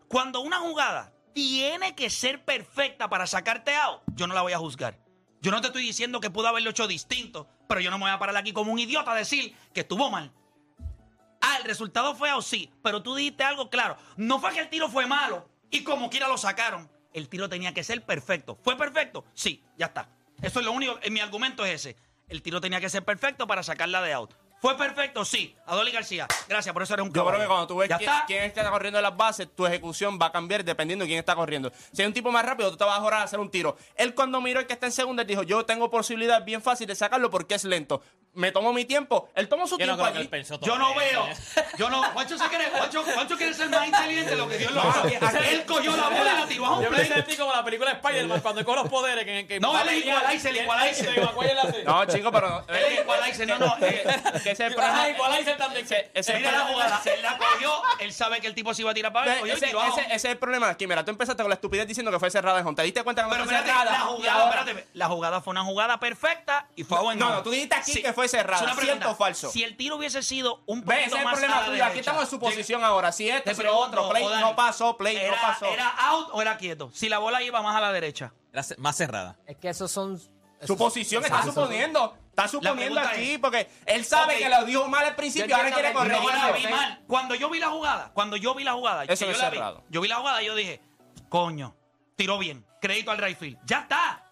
cuando una jugada tiene que ser perfecta para sacarte out, yo no la voy a juzgar. Yo no te estoy diciendo que pudo haberlo hecho distinto, pero yo no me voy a parar aquí como un idiota a decir que estuvo mal. Ah, el resultado fue out, sí, pero tú dijiste algo claro. No fue que el tiro fue malo y como quiera lo sacaron. El tiro tenía que ser perfecto. ¿Fue perfecto? Sí, ya está. Eso es lo único, eh, mi argumento es ese. El tiro tenía que ser perfecto para sacarla de out. ¿Fue perfecto? Sí. Adoli García, gracias, por eso eres un
Yo creo
cabrón.
que cuando tú ves
¿Ya
quién,
está?
quién está corriendo en las bases, tu ejecución va a cambiar dependiendo de quién está corriendo. Si hay un tipo más rápido, tú te vas a jorar a hacer un tiro. Él cuando miró el que está en segunda, él dijo, yo tengo posibilidad bien fácil de sacarlo porque es lento. Me tomo mi tiempo. Él tomó su
Yo no
tiempo
creo que
allí.
él pensó todo
Yo no
eso,
veo.
¿eh?
Yo no. Juancho, se quiere, Juancho, Juancho quiere ser más inteligente de lo que Dios lo hace. Él cogió la bola y la tiró a un
Yo me
play.
sentí como la película de Spider-Man cuando coge los poderes. Que, que
No,
va a
el
pelear,
Equalizer, el
y-
Equalizer.
y- y- y- y- y- y- y- y-
No, chico, pero... eh,
Él igual ahí dice, no, no. eh,
que ese es el problema.
Ay, igual ahí se están de-
Ese- ese
se
es el
mira la
problema.
jugada.
Se la cogió, él sabe que el tipo se iba a tirar para
Ve,
él, cogió y
ese,
tiró abajo.
ese- ese es el problema. Aquí, mira, tú empezaste con la estupidez diciendo que fue cerrada en home. ¿Te diste cuenta que
Pero
no fue
espérate,
cerrada?
la
Y
jugada,
ahora-
espérate, la jugada fue una jugada perfecta y fue a buen
No,
gol.
no, tú dijiste aquí que fue cerrada,
Es una
¿cierto
pregunta.
o falso?
Si el tiro hubiese sido un
Ve,
poquito
ese es el
más
problema
a la
tuyo. Aquí
derecha,
estamos en suposición ahora. Si este,
te
pero
pregunto,
otro. Play
o Dani,
no pasó, play no
era-
pasó.
¿Era out o era quieto? Si la bola iba más a la derecha.
Era ce- más cerrada.
Es que esos son.
Suposición, está
Exacto.
suponiendo. Está suponiendo
pregunta
aquí porque él sabe
Ok.
que lo dijo mal al principio, ahora quiere
No
corregirlo.
la vi mal. Cuando yo vi la jugada, cuando yo vi la jugada,
Eso
que
es
yo, la vi,
cerrado.
yo vi la jugada, yo dije, coño, tiró bien, crédito al right field. Ya está.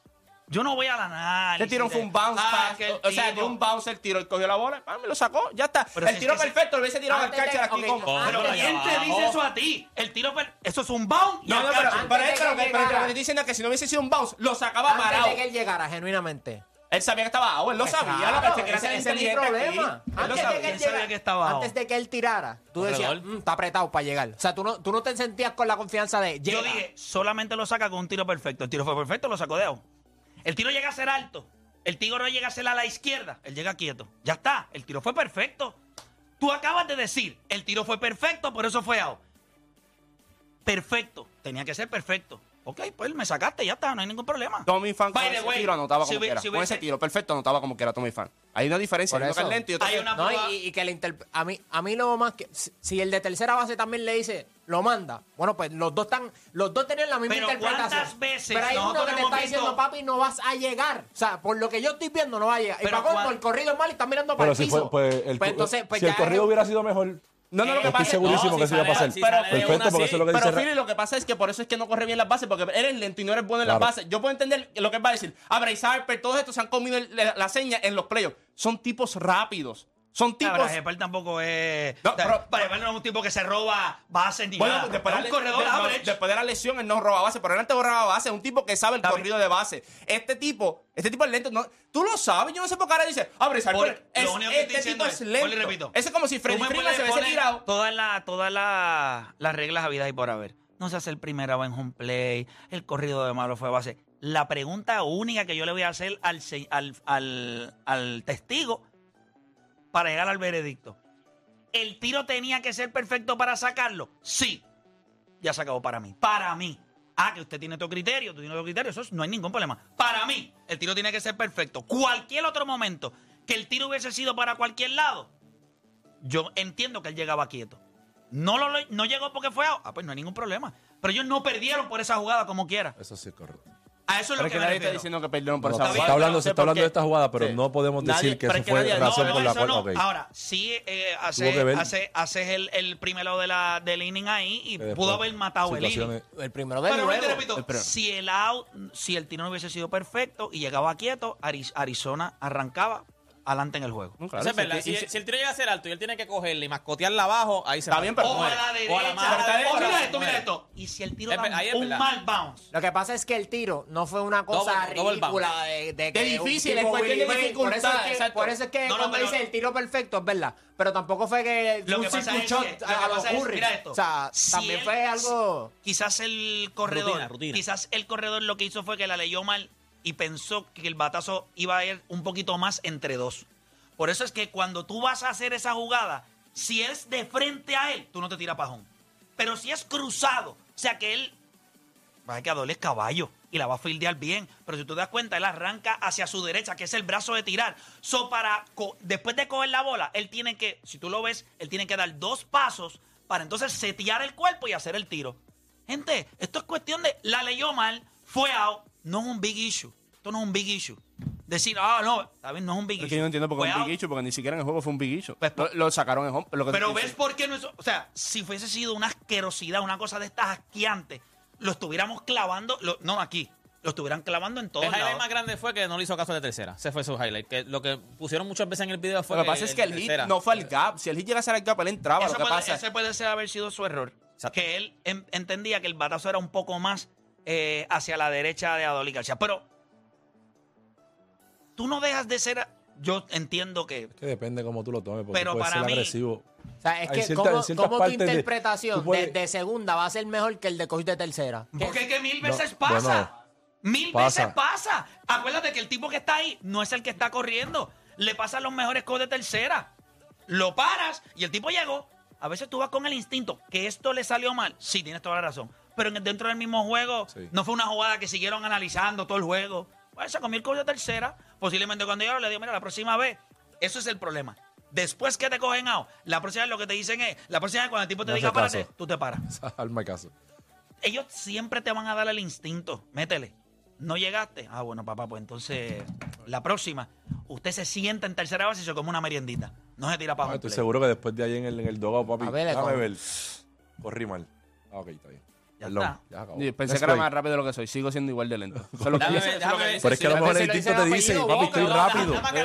Yo no voy a ganar.
Este tiro fue un bounce
ah,
pass. O sea, dio un bounce el tiro. Él cogió la bola, pam, me lo sacó, ya está.
Pero si
el
es
tiro
que se-
perfecto, lo hubiese tirado al
Antes de-
catcher aquí
ok,
como.
Pero
Antes
¿quién
de-
te dice eso a ti? El tiro, per- eso es un bounce. y
No,
al
no, pero,
catcher.
pero,
Antes
es que lo
de
que- pero
que
lo que
llegara.
te estoy diciendo es que si no hubiese sido un bounce, lo sacaba
Antes
parado.
de que él llegara, genuinamente.
Él sabía que estaba abajo, él lo
Pues
sabía,
claro,
lo que se quería
ese
hacer
es el
inteligente aquí.
problema.
Él lo
Antes de que
sabía.
él
Él sabía
llegara-
que estaba abajo.
Antes de que él tirara, tú decías,
Corredor.
"Mm, está apretado para llegar. O sea, tú no, tú no te sentías con la confianza de.
Yo
Llega.
dije, solamente lo saca con un tiro perfecto. El tiro fue perfecto, lo sacó de out. El tiro llega a ser alto. El tiro no llega a ser a la izquierda. Él llega quieto. Ya está. El tiro fue perfecto. Tú acabas de decir, el tiro fue perfecto, por eso fue out. Perfecto. Tenía que ser perfecto. Ok, pues me sacaste, ya está, no hay ningún problema.
Tommy Fan con
By the
ese
way,
tiro anotaba
si
como
hubi-
quiera.
si
Con ese
hubiese-
tiro perfecto anotaba como quiera Tommy Fan. Hay una diferencia,
Por
uno que es
eso.
lento y otro
Hay
que-
una
No,
prueba-
y, y que le inter- a mí a mí lo más que si, si el de tercera base también le dice lo manda bueno pues los dos están los dos tenían la misma
Pero
interpretación
¿cuántas veces
pero hay uno
nosotros
que te
hemos
está
visto-
diciendo papi no vas a llegar o sea por lo que yo estoy viendo no va a llegar
Pero
y para colmo
cuán-
el corrido es mal y está mirando para
Pero
el
si
piso
fue, pues, el,
Pues entonces pues
si el
ya
corrido
es-
hubiera sido mejor,
No, no, lo que
estoy
pasa es
segurísimo
no,
que
si
eso iba a
sale-
pasar.
si sale una,
Perfecto, porque eso es lo que
Pero
dice
Philly, lo que pasa es que por eso es que no corre bien las bases, porque eres lento y no eres bueno en
Claro.
las bases. Yo puedo entender lo que él va a decir. A Bryce Harper, todos estos se han comido el- la, la seña en los playoffs. Son tipos rápidos. Son tipos.
Ahora, Jepal tampoco es.
No,
o sea,
pero-
para Jepal no es un tipo que se roba bases ni
Bueno,
nada.
después,
Es
de
un
la-
corredor
de-
average.
no, después de la lesión, él no roba base, pero él antes borraba base. Es un tipo que sabe el
Está bien.
corrido de base. Este tipo, este tipo es lento. no- tú lo sabes, yo no sé por qué ahora dice, ah, Bryce Harper,
Por-
es-
lo único que estoy
este
diciendo
tipo
es,
es
vuelvo y
lento.
repito.
Eso es como si Freddy
Tú me
Freeman se
puedes
hubiese
poner
tirado.
Todas la- todas la- las reglas habidas y por haber. No se hace el primero en home play, el corrido de malo fue base. La pregunta única que yo le voy a hacer al, se- al, al- al testigo para llegar al veredicto. ¿El tiro tenía que ser perfecto para sacarlo? Sí. Ya se acabó para mí. Para mí. Ah, que usted tiene tu criterio, tú tienes tu criterio, eso es- no hay ningún problema. Para mí, el tiro tiene que ser perfecto. Cualquier otro momento que el tiro hubiese sido para cualquier lado, yo entiendo que él llegaba quieto. No, lo, no llegó porque fue out. Ah, pues no hay ningún problema. Pero ellos no perdieron por esa jugada como quiera.
Eso sí es correcto.
A eso es
Pero
lo que
es que
me
nadie está
refiero.
diciendo que perdieron por
No,
esa
se
jugada.
está hablando,
No
se
sé
está
por
hablando
qué.
de esta jugada, pero
Sí.
no podemos
Nadie-
decir que
pero
eso
es que
fue
nadie- no,
razón
no,
por la
eso
cual.
no.
ok.
Ahora, sí eh, hace-
Tuvo que ver.
hace- haces el, el primero de la, del inning ahí y
Que después
pudo haber matado el inning.
Eh, pues, situaciones-
el primero de
Pero vuelvo y te
nuevo.
repito, si el out, si el tiro no hubiese sido perfecto y llegaba quieto, Ari- Arizona arrancaba adelante en el juego.
No,
Eso
claro,
es verdad.
sí,
Si,
sí, sí.
si el tiro llega a ser alto y él tiene que cogerla y mascotearla abajo, ahí se
Está
va.
bien, pero
o a
muere.
la derecha.
O a la mano.
o
Pero está
mira
bien,
esto, mira
muere.
esto. Y si el tiro
Es
da
ver- ahí es
un
verdad.
mal bounce.
lo que pasa es que el tiro no fue una cosa
Double- double
ridícula de, de que
Qué difícil,
un tipo
es cuestión de
Willy May, por eso
dificultad,
es que,
exacto.
por eso es que
No, no,
cuando
pero-
dice el tiro perfecto es verdad pero tampoco fue que
Lo
un
que pasa es que,
circuit
lo que
shot a lo
pasa es-
Curry.
mira esto.
o sea
Si
también
él-
fue algo
Quizás el corredor,
Rutina, rutina.
quizás el corredor lo que hizo fue que la leyó mal y pensó que el batazo iba a ir un poquito más entre dos. Por eso es que cuando tú vas a hacer esa jugada, si es de frente a él, tú no te tiras pajón. Pero si es cruzado, o sea que él va a quedar es caballo y la va a fildear bien. Pero si tú te das cuenta, él arranca hacia su derecha, que es el brazo de tirar. So, para co- después de coger la bola, él tiene que, si tú lo ves, él tiene que dar dos pasos para entonces setear el cuerpo y hacer el tiro. Gente, esto es cuestión de la leyó mal, fue out. No es un big issue. Esto no es un big issue. Decir, ah, no, está bien, no es un big
Es
issue.
que yo no entiendo por qué
Fue
es un
out.
big issue, porque ni siquiera en el juego fue un big issue.
Pues,
Lo, lo sacaron en home. lo que te
Pero
estoy
ves
diciendo.
por qué no es. O sea, si fuese sido una asquerosidad, una cosa de estas asqueantes, lo estuviéramos clavando. lo- no aquí. Lo estuvieran clavando en
El
todos
highlight
lados.
más grande fue que no le hizo caso a la tercera. Se fue su highlight. Que lo que pusieron muchas veces en el video fue
Lo que pasa es que el
de
hit
tercera.
no fue al gap. Si el hit llega a ser al gap, él entraba.
eh, Eso
Lo que
puede-
pasa
Ese puede ser haber sido su error.
Exacto.
Que él en- entendía que el batazo era un poco más eh, hacia la derecha de Adolí García. Pero tú no dejas de ser. Yo entiendo que.
Que depende cómo tú lo tomes, porque
Pero
puede
para
ser
mí-
agresivo.
o sea, es
Hay
que
cierta-
cómo,
en ciertas
cómo tu
partes de-
interpretación
tú puedes-
de, de segunda va a ser mejor que el de coach de tercera. Que-
Porque es que mil
No,
veces pasa. mil veces
pasa.
pasa. Acuérdate que el tipo que está ahí no es el que está corriendo. Le pasan los mejores codes de tercera. lo paras y el tipo llegó. A veces tú vas con el instinto que esto le salió mal. Sí, tienes toda la razón. Pero en- dentro del mismo juego, no fue una jugada que siguieron analizando todo el juego. Pues se comió el coche de tercera. Posiblemente cuando yo le digo, mira, la próxima vez. Eso es el problema. Después que te cogen out, la próxima vez lo que te dicen es, la próxima vez cuando el tipo te
No
diga,
hace caso.
párate, tú te paras.
Hazme caso.
Ellos siempre te van a dar el instinto. Métele. No llegaste. Ah, bueno, papá, pues entonces la próxima, usted se sienta en tercera base y se come una meriendita. No se tira para
Ah,
abajo.
estoy seguro que después de ahí en el, en el dogout, papi.
A ver, le
déjame
con-
ver. Corrí mal. Ah, ok, está bien.
Ya
Perdón,
está.
ya acabó.
Y pensé
Let's
que era
play.
más rápido de lo que soy. Sigo siendo igual de lento. Eso es lo que-
Déjame
eso
ver,
es lo
déjame
que
ver.
dice.
Pero es que a lo mejor el instinto te dice, papi, estoy rápido. Ya
Oye,
me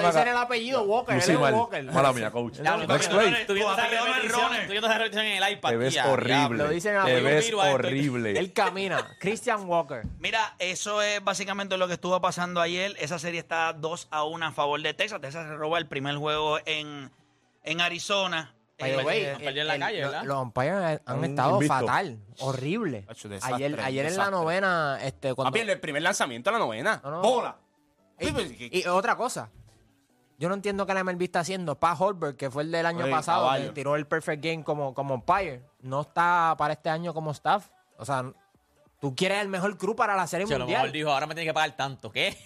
le dicen el
acá-
apellido Walker.
Lucí
Él es
mal.
Walker.
Mala mía, coach.
Ya,
Next
pero-
play.
Tú viendo esa repetición, tú viendo esa repetición en el iPad.
Te ves
tía,
horrible.
diablo.
Te
Yo
ves
miro a esto y-
horrible.
Él camina. Christian Walker.
Mira, eso es básicamente lo que estuvo pasando ayer. Esa serie está 2 a 1 a favor de Texas. Texas se roba el primer juego en, en Arizona.
By the
Eh,
way,
eh,
el- el- lo- Los umpires han- han estado
invicto.
fatal, horrible.
Hacho, desastre,
Ayer, ayer en la
desastre.
novena, este, cuando.
Papi, el primer lanzamiento a la novena. ¡Bola! pues,
Y, Pues,
este
y otra cosa. Yo no entiendo qué la MLB está haciendo. Pa Holberg, que fue el del año
Oye,
pasado, que
caballo.
tiró el perfect game como, como umpire, no está para este año como staff. O sea, tú quieres el mejor crew para la serie
Che, a lo mejor
mundial.
dijo, ahora me tiene que pagar tanto. ¿Qué?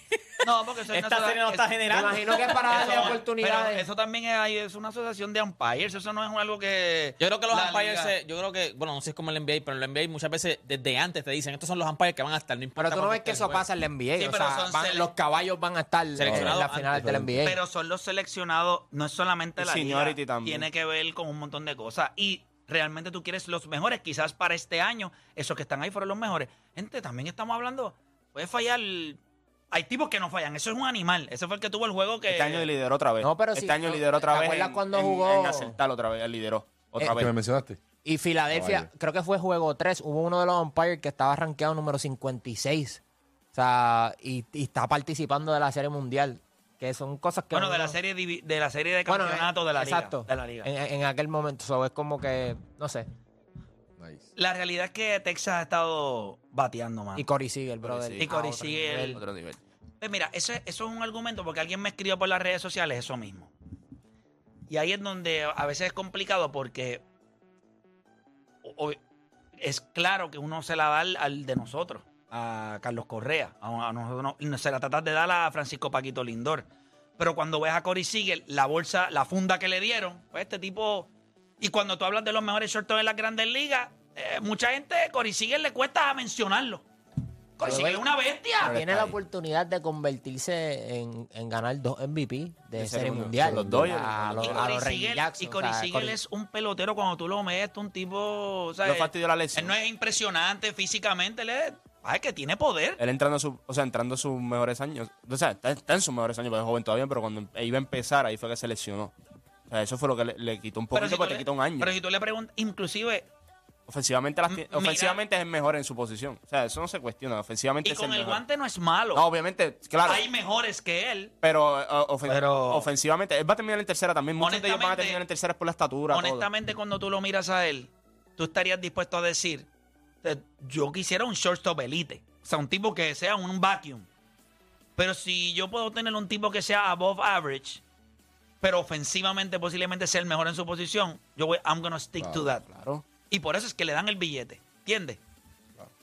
No, porque eso es
Esta
una sola-
serie no está generando.
Me imagino que es para darle
Eso-
oportunidades.
pero Eso también es, ahí es una asociación de umpires. Eso no es algo que.
Yo creo que los
la
umpires,
liga-
se- yo creo que, bueno, no sé si es como el NBA, pero en el NBA muchas veces desde antes te dicen, estos son los umpires que van a estar, no importa.
Pero tú no
cuánto
ves
esté
que eso
el juego".
pasa en la NBA.
este Sí,
o
pero
sea,
son
van-
sele-
los caballos van a estar en
Seleccionados
las finales de la NBA.
Pero son los seleccionados, no es solamente la
Seniority
liga.
también.
Tiene que ver con un montón de cosas. Y realmente tú quieres los mejores. Quizás para este año, esos que están ahí fueron los mejores. Gente, también estamos hablando. Puede fallar. Hay tipos que no fallan. Eso es un animal. Ese fue el que tuvo el juego que.
Este año lideró otra vez.
No, pero
este
sí,
año
no,
lideró otra
¿te
vez.
acuerdas
en-
cuando
en-
jugó-
En acertar otra vez, lideró. Otra
Eh,
¿Que me
vez.
mencionaste?
Y Filadelfia,
Caballo.
creo que fue juego 3, hubo uno de los umpires que estaba rankeado número 56. O sea, y, y está participando de la Serie Mundial, que son cosas que...
Bueno,
uno-
de la serie divi- de la serie de
Bueno,
campeonato
eh,
de la liga.
exacto,
De la liga.
En, en aquel momento, so, es como que, no sé.
Nice.
La realidad es que Texas ha estado bateando,
Ah.
más
Y Cory Siegel, brother.
Siegel.
Y Corey
a Ah, otro
Siegel.
nivel.
Otro nivel.
Pues mira, eso, es- eso es un argumento porque alguien me escribió por las redes sociales eso mismo. Y ahí es donde a veces es complicado porque o- o- es claro que uno se la da al, al de nosotros, a Carlos Correa, a, a nosotros no- y no se la tratas de dar a Francisco Paquito Lindor. Pero cuando ves a Corey Siegel, la bolsa, la funda que le dieron, pues este tipo... Y cuando tú hablas de los mejores shorts de las grandes ligas, eh, mucha gente, Corey Siegel le cuesta mencionarlo. Corey
Pero
Siegel es
ve-
una bestia.
Ah,
Tiene la oportunidad de convertirse en, en ganar dos MVP de
De
Serie
Serie Mundial.
Mundial.
Los Dodgers.
A los,
Y
a
Corey
los Reggie
Siegel-
Jackson.
y Corey
o sea,
Siegel
Corey-
es un pelotero cuando tú lo metes, un tipo. o sea,
Lo fastidió la lesión.
él no es impresionante físicamente, él es. ay, que tiene poder.
Él entrando a su, o sea, entrando a sus mejores años. O sea, está, está en sus mejores años, pero es joven todavía, pero cuando iba a empezar, ahí fue que se lesionó. O sea, eso fue lo que le, le quitó un poquito,
si tú
porque
le-
te quita un año.
Pero si tú le preguntas, inclusive,
ofensivamente, las ti-
M- mira-
ofensivamente es el mejor en su posición. O sea, eso no se cuestiona. Ofensivamente
y
es
con
el
el
mejor.
guante no es malo.
No, obviamente, claro.
Hay mejores que él.
Pero, eh, ofen-
Pero-
ofensivamente, él va a terminar en tercera también. Muchos de ellos van a
Honestamente-
terminar en tercera por la estatura. todo.
Honestamente, cuando tú lo miras a él, tú estarías dispuesto a decir: "Te- Yo quisiera un shortstop elite. O sea, un tipo que sea un vacuum. Pero si yo puedo tener un tipo que sea above average, pero ofensivamente posiblemente sea el mejor en su posición, yo voy, I'm gonna stick to that.
Claro.
Y por eso es que le dan el billete. ¿Entiendes?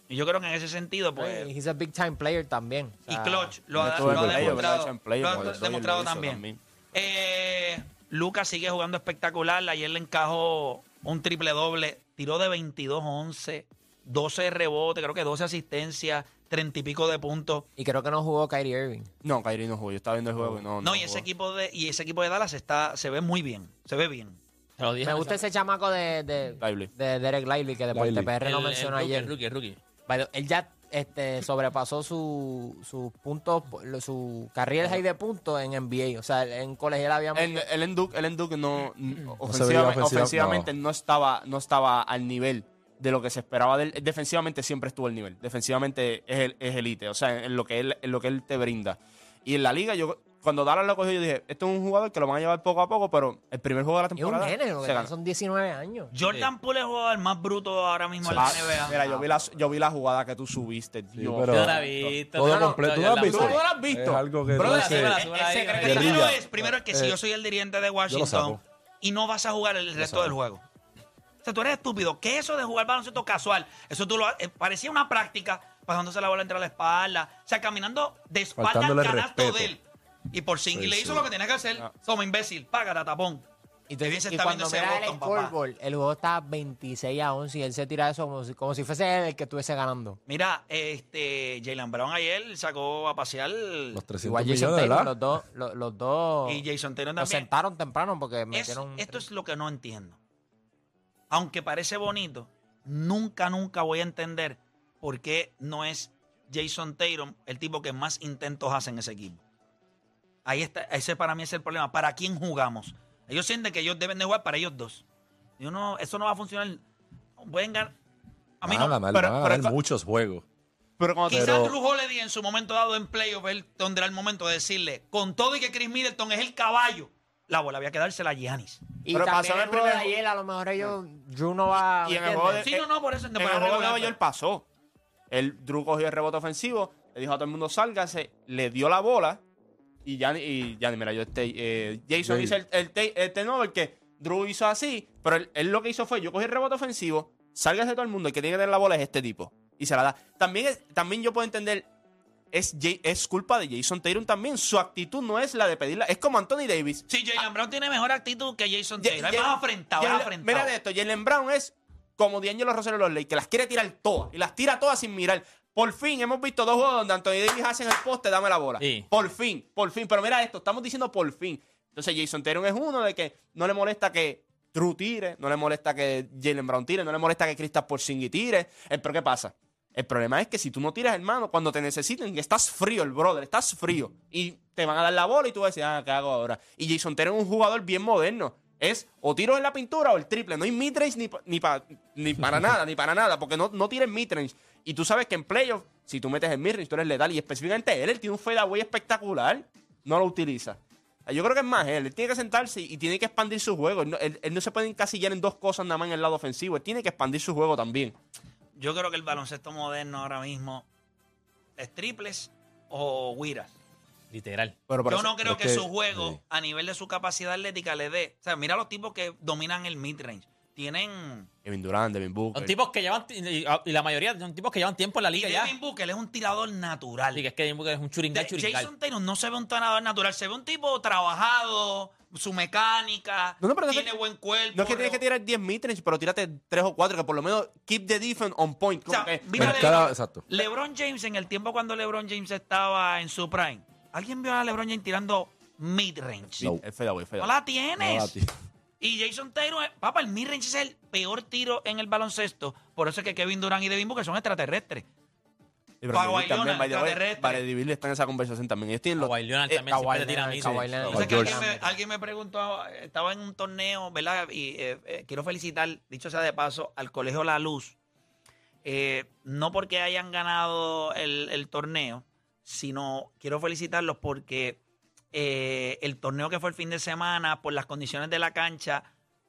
Y yo creo que en ese sentido, pues.
He's a big time player también. O
Y
Ah,
sea,
Clutch lo
Yo
ha,
estuve
lo ha
en playoff, ¿verdad? Yo
demostrado,
en playoff,
lo ha
con el
demostrado
Dodgers lo hizo
también. Eh, Lucas sigue jugando espectacular. Ayer le encajó un triple doble. Tiró de 22-11, 12 rebotes, creo que 12 asistencias, 30 y pico de puntos.
Y creo que no jugó Kyrie Irving.
No, Kyrie no jugó. Yo estaba viendo el juego. y No,
No,
no
y, ese
jugó.
equipo de, y ese equipo de Dallas está, se ve muy bien. Se ve bien.
Te lo dije.
Me gusta ese chamaco de, de,
Lively.
de Derek Lively que Deporte
Lively.
PR no
El- el
mencionó
rookie,
ayer.
El rookie, el rookie.
By the way, él ya este, sobrepasó su- sus puntos, lo- su carrera ahí de puntos en NBA. O sea, en Mm. colegial había
El, el Enduc, el Enduc no,
veía
ofensivamente,
ofensiva-
ofensivamente no. estaba, no estaba al nivel de lo que se esperaba de él. Defensivamente siempre estuvo al nivel. Defensivamente es, el- es elite, o sea, en lo, que él, en lo que él te brinda. Y en la liga yo Cuando Dallas lo cogió, yo dije, este es un jugador que lo van a llevar poco a poco, pero el primer juego de la
Es un
temporada.
nene, lo que
se
tiene
ganó.
son 19 años.
Jordan Poole es el jugador más bruto ahora mismo en la
Ah,
NBA.
mira, yo vi, la, yo vi la jugada que tú subiste, Dios.
pero- Yo la
vi,
Todo
No, no,
completo.
no,
¿Tú lo has
yo
visto?
¿Tú no la has visto?
Es algo que
Bro,
tú
la-
haces-
la-
Eh, eh, se cree que
guerrilla.
primero es, primero es que si
Eh,
yo soy el dirigente de
saco.
Washington y no vas a jugar el resto
saco.
del juego. O sea, tú eres estúpido. ¿Qué es eso de jugar baloncesto casual? Eso tú lo ha- eh, parecía una práctica, pasándose la bola entre la espalda, o sea, caminando de espalda al
Faltándole
canasto
respeto.
de él. Y por Singh
Sí,
le hizo
sí.
lo que tenía que hacer. Somos imbécil, págate, tapón.
Ah. Y,
Qué bien se
y
está viendo
cuando
ese
mira el
Boston, papá.
scoreboard, el juego está 26 a 11 y él se tira eso como si, como si fuese él el que estuviese ganando.
Mira, este Jalen Brown ayer sacó a pasear
Los 300
Igual
millones,
Jason Taylor,
¿verdad?
los dos, los, los dos
y Jason Taylor
los
también.
sentaron temprano porque
Es-
metieron...
esto es lo que no entiendo. Aunque parece bonito, nunca, nunca voy a entender por qué no es Jason Tatum el tipo que más intentos hace en ese equipo. Ahí está, ese para mí es el problema. ¿Para quién jugamos? Ellos sienten que ellos deben de jugar para ellos dos. Y uno, eso no va a funcionar. Pueden ganar. A mí
Van a
no.
ganar,
pero-
van a
pero
ganar
esto-
muchos juegos.
Pero cuando te-
Quizás
pero-
Drew Holiday en su momento dado en playoff, él tendrá el momento de decirle, con todo y que Chris Middleton es el caballo, la bola había que dársela a Giannis.
y
pero pasó
también
en
el
el
juego de
primer-
ayer, a lo mejor ellos... Drew no va...
Y en
¿me
el juego de-
entiendes?
Sí, no, no, por eso.
en el juego de Nueva York pasó. El Drew cogió el rebote ofensivo, le dijo a todo el mundo sálganse, le dio la bola y ya y Gianni, mira, yo este, eh, Jason
Jalen.
hizo el, el, ta- el turnover que Drew hizo así, pero él, él lo que hizo fue, yo cogí el rebote ofensivo, sálgase todo el mundo, el que tiene que tener la bola es este tipo. Y se la da. También, es- también yo puedo entender, es, Ja- es culpa de Jason Tatum también, su actitud no es la de pedirla, es como Anthony Davis.
Sí, Jalen Brown tiene mejor actitud que Jason
Ya-
Taylor. Es
ya-
más afrentado, es
Jalen-
afrentado.
Mira de esto, Jalen Brown es como D'Angelo Rosario en los Lakers, que las quiere tirar todas y las tira todas sin mirar. Por fin hemos visto dos juegos donde Anthony Davis hace en el poste, dame la bola.
Sí.
Por fin, por fin. Pero mira esto, estamos diciendo por fin. Entonces Jason Tatum es uno de que no le molesta que Drew tire, no le molesta que Jalen Brown tire, no le molesta que Kristaps Porzingis tire. Eh, Pero ¿qué pasa? El problema es que si tú no tiras, hermano, cuando te necesiten, estás frío, el brother, estás frío. Y te van a dar la bola y tú vas a decir, ah, ¿qué hago ahora? Y Jason Tatum es un jugador bien moderno. Es o tiros en la pintura o el triple. No hay midrange ni, pa- ni, pa- ni para nada, ni para nada, porque no, no tires midrange. Y tú sabes que en playoff, si tú metes el midrange, tú eres letal. Y específicamente él, él tiene un fadeaway espectacular, no lo utiliza. Eh, Yo creo que es más él. Él tiene que sentarse y tiene que expandir su juego. Él no, él- él no se puede encasillar en dos cosas nada más en el lado ofensivo. Él tiene que expandir su juego también.
Yo creo que el baloncesto moderno ahora mismo es triples o guiras.
Literal.
Pero por
Yo
eso-
no creo
es
que,
que-
su juego,
sí.
a nivel de su capacidad atlética, le dé. O sea, mira los tipos que dominan el midrange. Tienen.
Kevin Durant, Devin Booker.
Son tipos que llevan. Y y la mayoría son tipos que llevan tiempo en la
Y
liga ya.
Devin Booker es un tirador natural.
Así que es que Devin Booker es un churingal,
De-
churingal.
Jason Taylor no se ve un tirador natural. Se ve un tipo trabajado, su mecánica,
No, no, pero no
tiene
que-
buen cuerpo.
No es que tienes que tirar 10 midrange, pero tírate 3 o 4, que por lo menos keep the defense on point.
O sea,
Como que-
mira
Pero
la-
cada- exacto.
LeBron James, en el tiempo cuando LeBron James estaba en su prime, ¿alguien vio a LeBron James tirando mid-range?
Sí, Es fadeaway,
No
fadeaway.
la tienes.
No, a ti.
y Jason Taylor, eh, papá, el mid-range es el peor tiro en el baloncesto. Por eso es que Kevin Durant y Devin Booker son extraterrestres.
Y
Kawhi
Bradley Beal también,
Leonard,
by the way,
extraterrestre.
Bradley Beal está en esa conversación también. Ellos tienen los-
Kawhi Leonard
eh,
también siempre
Kawhi
le tira
Leonard,
mises.
Kawhi Leonard.
Yo
Paul
sé que
George.
alguien, me, alguien me preguntó, eh, estaba en un torneo, ¿verdad? Y eh, eh, quiero felicitar, dicho sea de paso, al Colegio La Luz. Eh, no porque hayan ganado el, el torneo, sino quiero felicitarlos porque eh, el torneo que fue el fin de semana, por las condiciones de la cancha,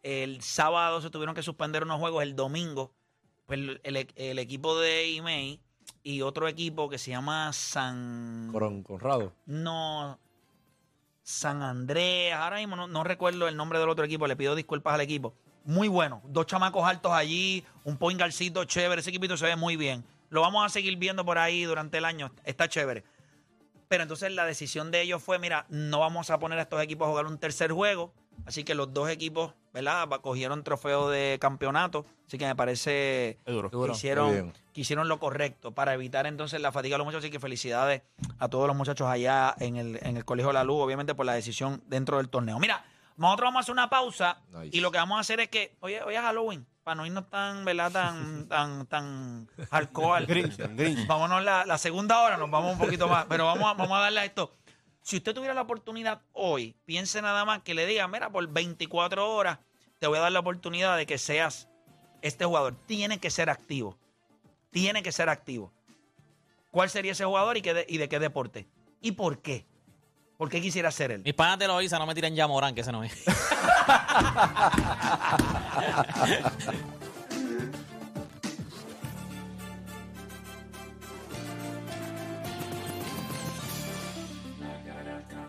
el sábado se tuvieron que suspender unos juegos, el domingo, pues el, el- el equipo de IMEI y otro equipo que se llama San...
Con Conrado.
No. San Andrés, ahora mismo no, no recuerdo el nombre del otro equipo, le pido disculpas al equipo. Muy bueno, dos chamacos altos allí, un poingarcito chévere, ese equipito se ve muy bien. Lo vamos a seguir viendo por ahí durante el año, está chévere. Pero entonces la decisión de ellos fue, mira, no vamos a poner a estos equipos a jugar un tercer juego, así que los dos equipos, ¿verdad? Va- Cogieron trofeo de campeonato, así que me parece
Es duro.
que
Duro.
Muy
hicieron,
bien.
que hicieron lo correcto para evitar entonces la fatiga de los muchachos. Así que felicidades a todos los muchachos allá en el, en el Colegio La Luz, obviamente por la decisión dentro del torneo. Mira, nosotros vamos a hacer una pausa
Nice.
y lo que vamos a hacer es que, oye, hoy es Halloween, para no irnos tan, ¿verdad? Tan, tan, tan hardcore. Vámonos la, la segunda hora, nos vamos un poquito más, pero vamos a, vamos a darle a esto. Si usted tuviera la oportunidad hoy, piense nada más que le diga, mira, por 24 horas te voy a dar la oportunidad de que seas este jugador. Tiene que ser activo. Tiene que ser activo. ¿Cuál sería ese jugador y, qué de, y de qué deporte? ¿Y por qué? ¿Por qué quisiera ser él?
Mis panas de Loiza no me tiran ya Morán, que ese no es.